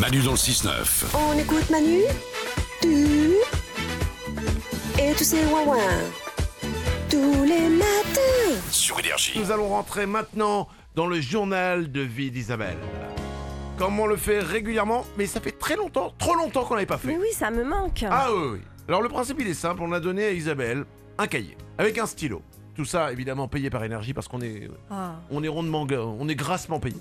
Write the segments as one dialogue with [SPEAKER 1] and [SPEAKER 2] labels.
[SPEAKER 1] Manu dans le 6-9.
[SPEAKER 2] On écoute Manu Tu Et tous ces ouin Tous les matins
[SPEAKER 1] Sur Énergie.
[SPEAKER 3] Nous allons rentrer maintenant dans le journal de vie d'Isabelle. Comme on le fait régulièrement, mais ça fait très longtemps, trop longtemps qu'on l'avait pas fait.
[SPEAKER 2] Mmh.
[SPEAKER 4] Mais oui, ça me manque.
[SPEAKER 3] Ah oui, oui. Alors le principe il est simple, on a donné à Isabelle un cahier avec un stylo. Tout ça évidemment payé par énergie parce qu'on est
[SPEAKER 4] Ah.
[SPEAKER 3] on est rondement ga- on est grassement payé.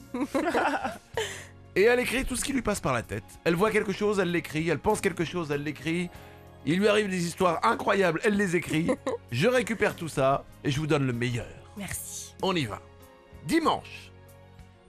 [SPEAKER 3] Et elle écrit tout ce qui lui passe par la tête. Elle voit quelque chose, elle l'écrit, elle pense quelque chose, elle l'écrit. Il lui arrive des histoires incroyables, elle les écrit. Je récupère tout ça et je vous donne le meilleur.
[SPEAKER 4] Merci.
[SPEAKER 3] On y va. Dimanche.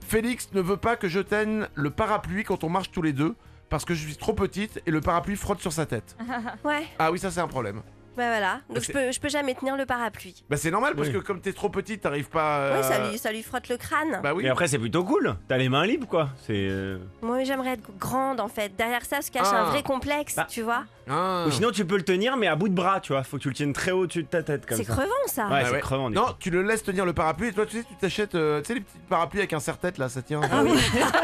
[SPEAKER 3] Félix ne veut pas que je teigne le parapluie quand on marche tous les deux parce que je suis trop petite et le parapluie frotte sur sa tête.
[SPEAKER 4] Ouais,
[SPEAKER 3] Ah oui, ça c'est un problème.
[SPEAKER 4] bah voilà.
[SPEAKER 3] Bah,
[SPEAKER 4] Donc
[SPEAKER 3] c'est-
[SPEAKER 4] je peux, je peux jamais tenir le parapluie.
[SPEAKER 3] Bah c'est normal parce
[SPEAKER 5] Oui.
[SPEAKER 3] que comme t'es trop petite, t'arrives pas. euh,
[SPEAKER 4] Ouais, ça lui, ça lui frotte le crâne.
[SPEAKER 3] Bah oui.
[SPEAKER 5] Mais après, c'est plutôt cool. T'as les mains libres, quoi. C'est. euh,
[SPEAKER 4] Moi, j'aimerais être grande en fait. Derrière ça se cache
[SPEAKER 3] Ah.
[SPEAKER 4] un vrai complexe,
[SPEAKER 5] Bah.
[SPEAKER 4] tu vois.
[SPEAKER 3] Ah.
[SPEAKER 5] Ou sinon, tu peux le tenir, mais à bout de bras, tu vois. Faut que tu le tiennes très haut au-dessus de ta tête, comme
[SPEAKER 4] C'est
[SPEAKER 5] ça.
[SPEAKER 4] crevant ça.
[SPEAKER 5] Ouais,
[SPEAKER 3] Ah
[SPEAKER 5] c'est
[SPEAKER 3] ouais.
[SPEAKER 5] crevant. des
[SPEAKER 3] Non,
[SPEAKER 5] fois.
[SPEAKER 3] tu le laisses tenir le parapluie et toi tu sais, tu t'achètes euh, tu sais les petits parapluies avec un serre-tête là, ça tient.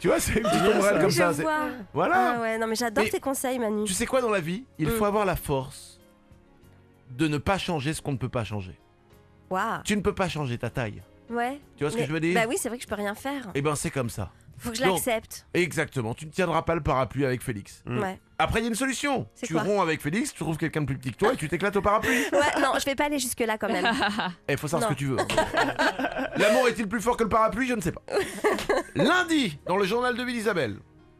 [SPEAKER 3] tu vois, c'est une petite ombrelle comme
[SPEAKER 4] Ah je
[SPEAKER 3] ça. c'est-
[SPEAKER 4] vois.
[SPEAKER 3] Voilà.
[SPEAKER 4] Ah ouais, non mais j'adore
[SPEAKER 3] Mais-
[SPEAKER 4] tes conseils, Manu.
[SPEAKER 3] Tu sais quoi dans la vie Il
[SPEAKER 4] Mm.
[SPEAKER 3] faut avoir la force de ne pas changer ce qu'on ne peut pas changer.
[SPEAKER 4] Waouh.
[SPEAKER 3] Tu ne peux pas changer ta taille.
[SPEAKER 4] Ouais.
[SPEAKER 3] Tu vois ce que
[SPEAKER 4] Mais-
[SPEAKER 3] je veux dire
[SPEAKER 4] Bah oui, c'est vrai que je peux rien faire.
[SPEAKER 3] Eh ben c'est comme ça.
[SPEAKER 4] Faut que je
[SPEAKER 3] Donc-
[SPEAKER 4] l'accepte.
[SPEAKER 3] Exactement, tu ne tiendras pas le parapluie avec Félix.
[SPEAKER 5] Mm.
[SPEAKER 4] Ouais.
[SPEAKER 3] Après, il y a une solution.
[SPEAKER 4] C'est
[SPEAKER 3] Tu
[SPEAKER 4] quoi
[SPEAKER 3] romps avec Félix, tu trouves quelqu'un de plus petit que toi et tu t'éclates au parapluie.
[SPEAKER 4] Ouais, non, je vais pas aller jusque là quand même.
[SPEAKER 3] Eh, faut savoir ce
[SPEAKER 4] Non.
[SPEAKER 3] que tu veux. L'amour est-il plus fort que le parapluie Je ne sais pas. Lundi, dans le journal de ville Isabelle,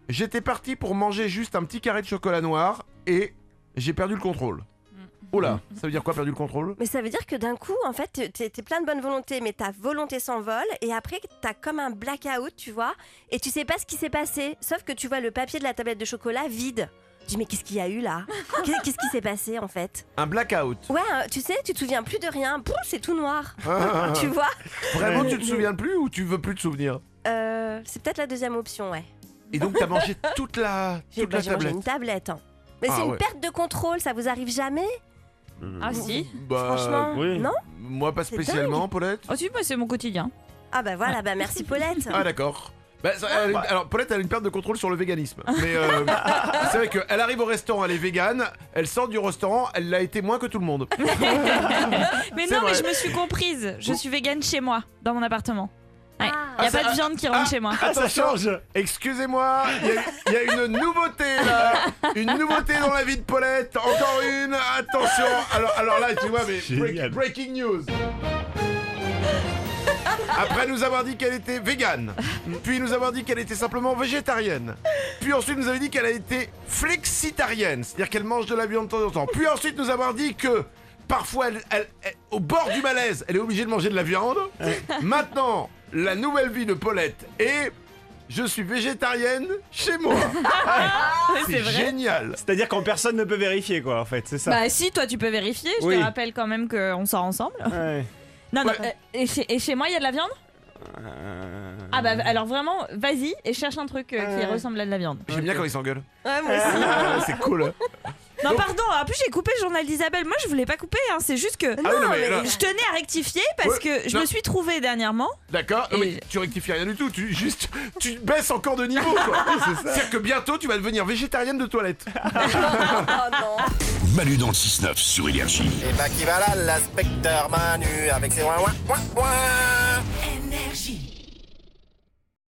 [SPEAKER 3] j'étais parti pour manger juste un petit carré de chocolat noir et j'ai perdu le contrôle.
[SPEAKER 4] Mm.
[SPEAKER 3] Oula, ça veut dire quoi perdu le contrôle
[SPEAKER 4] Mais ça veut dire que d'un coup, en fait, t'es- t'es t'es plein de bonne volonté, mais ta volonté s'envole, et après, t'as comme un blackout, tu vois, et tu sais pas ce qui s'est passé, sauf que tu vois le papier de la tablette de chocolat vide. Tu dis, mais qu'est-ce qu'il y a eu là Qu'est- Qu'est-ce qui s'est passé en fait
[SPEAKER 3] Un blackout.
[SPEAKER 4] Ouais, euh, tu sais, tu te souviens plus de rien, boum, c'est tout noir.
[SPEAKER 3] Ah.
[SPEAKER 4] tu vois
[SPEAKER 3] Vraiment,
[SPEAKER 5] Ouais.
[SPEAKER 3] tu te souviens plus ou tu veux plus te souvenir
[SPEAKER 4] Euh, C'est peut-être la deuxième option, ouais.
[SPEAKER 3] Et donc, t'as mangé toute la,
[SPEAKER 4] J'ai
[SPEAKER 3] toute
[SPEAKER 4] bah,
[SPEAKER 3] la
[SPEAKER 4] j'ai mangé
[SPEAKER 3] tablette.
[SPEAKER 4] une tablette. hein. Mais
[SPEAKER 3] Ah
[SPEAKER 4] c'est une
[SPEAKER 3] ouais.
[SPEAKER 4] perte de contrôle, ça vous arrive jamais
[SPEAKER 5] Mm.
[SPEAKER 6] Ah si
[SPEAKER 3] Bah,
[SPEAKER 4] Franchement,
[SPEAKER 5] oui.
[SPEAKER 4] non
[SPEAKER 3] Moi, pas
[SPEAKER 4] C'est dingue.
[SPEAKER 3] spécialement, Paulette.
[SPEAKER 6] Oh si, moi, c'est mon quotidien.
[SPEAKER 4] Ah bah voilà, bah merci Paulette.
[SPEAKER 3] Ah d'accord. Bah, ça- elle a une- alors Paulette elle a une perte de contrôle sur le véganisme. Mais euh, c'est vrai qu'elle arrive au restaurant, elle est végane, elle sort du restaurant, elle l'a été moins que tout le monde.
[SPEAKER 6] Mais
[SPEAKER 3] C'est
[SPEAKER 6] non,
[SPEAKER 3] vrai.
[SPEAKER 6] mais je me suis comprise. Je suis végane chez moi, dans mon appartement. Ouais.
[SPEAKER 4] Ah.
[SPEAKER 6] Y a
[SPEAKER 3] Ah,
[SPEAKER 6] pas
[SPEAKER 3] ça-
[SPEAKER 6] de viande qui rentre
[SPEAKER 3] ah.
[SPEAKER 6] chez moi.
[SPEAKER 5] Ah, ça change
[SPEAKER 3] Excusez-moi, il y a- il y, a une nouveauté là, une nouveauté dans la vie de Paulette, encore une, attention. Alors, alors là tu vois mais break-
[SPEAKER 5] Génial.
[SPEAKER 3] breaking news. Après nous avoir dit qu'elle était végane, puis nous avoir dit qu'elle était simplement végétarienne, puis ensuite nous avait dit qu'elle a été flexitarienne, c'est-à-dire qu'elle mange de la viande de temps en temps, puis ensuite nous avoir dit que parfois elle, elle- elle- au bord du malaise, elle est obligée de manger de la viande. Maintenant, la nouvelle vie de Paulette est je suis végétarienne chez moi. c'est génial.
[SPEAKER 5] C'est-à-dire quand personne ne peut vérifier, quoi, en fait. C'est ça.
[SPEAKER 6] Bah si, toi tu peux vérifier, je
[SPEAKER 5] Oui.
[SPEAKER 6] te rappelle quand même qu'on sort ensemble.
[SPEAKER 5] Ouais.
[SPEAKER 6] Non, non,
[SPEAKER 3] Ouais.
[SPEAKER 6] euh, et, chez, et chez moi il y a de la viande
[SPEAKER 5] Euh,
[SPEAKER 6] Ah bah alors vraiment, vas-y et cherche un truc euh, qui
[SPEAKER 5] Euh.
[SPEAKER 6] ressemble à de la viande.
[SPEAKER 3] J'aime bien quand ils s'engueulent.
[SPEAKER 4] Ouais, moi aussi.
[SPEAKER 3] Ah, c'est cool.
[SPEAKER 6] Euh. Non
[SPEAKER 3] Donc-
[SPEAKER 6] pardon, en plus j'ai coupé le journal d'Isabelle, moi je voulais pas couper, hein, c'est juste que
[SPEAKER 3] Ah oui, non, mais là-
[SPEAKER 6] je tenais à rectifier parce que je
[SPEAKER 3] non.
[SPEAKER 6] me suis trouvée dernièrement.
[SPEAKER 3] D'accord. Non, mais
[SPEAKER 6] Et-
[SPEAKER 3] tu rectifies rien du tout. Tu juste, tu baisses encore de niveau. quoi. C'est-à-dire que bientôt tu vas devenir végétarienne de toilette.
[SPEAKER 4] Oh non.
[SPEAKER 1] Manu dans le 6-9 sur Énergie.
[SPEAKER 7] Et bah qui va là, l'inspecteur Manu avec ses ouin ouin ouin ouin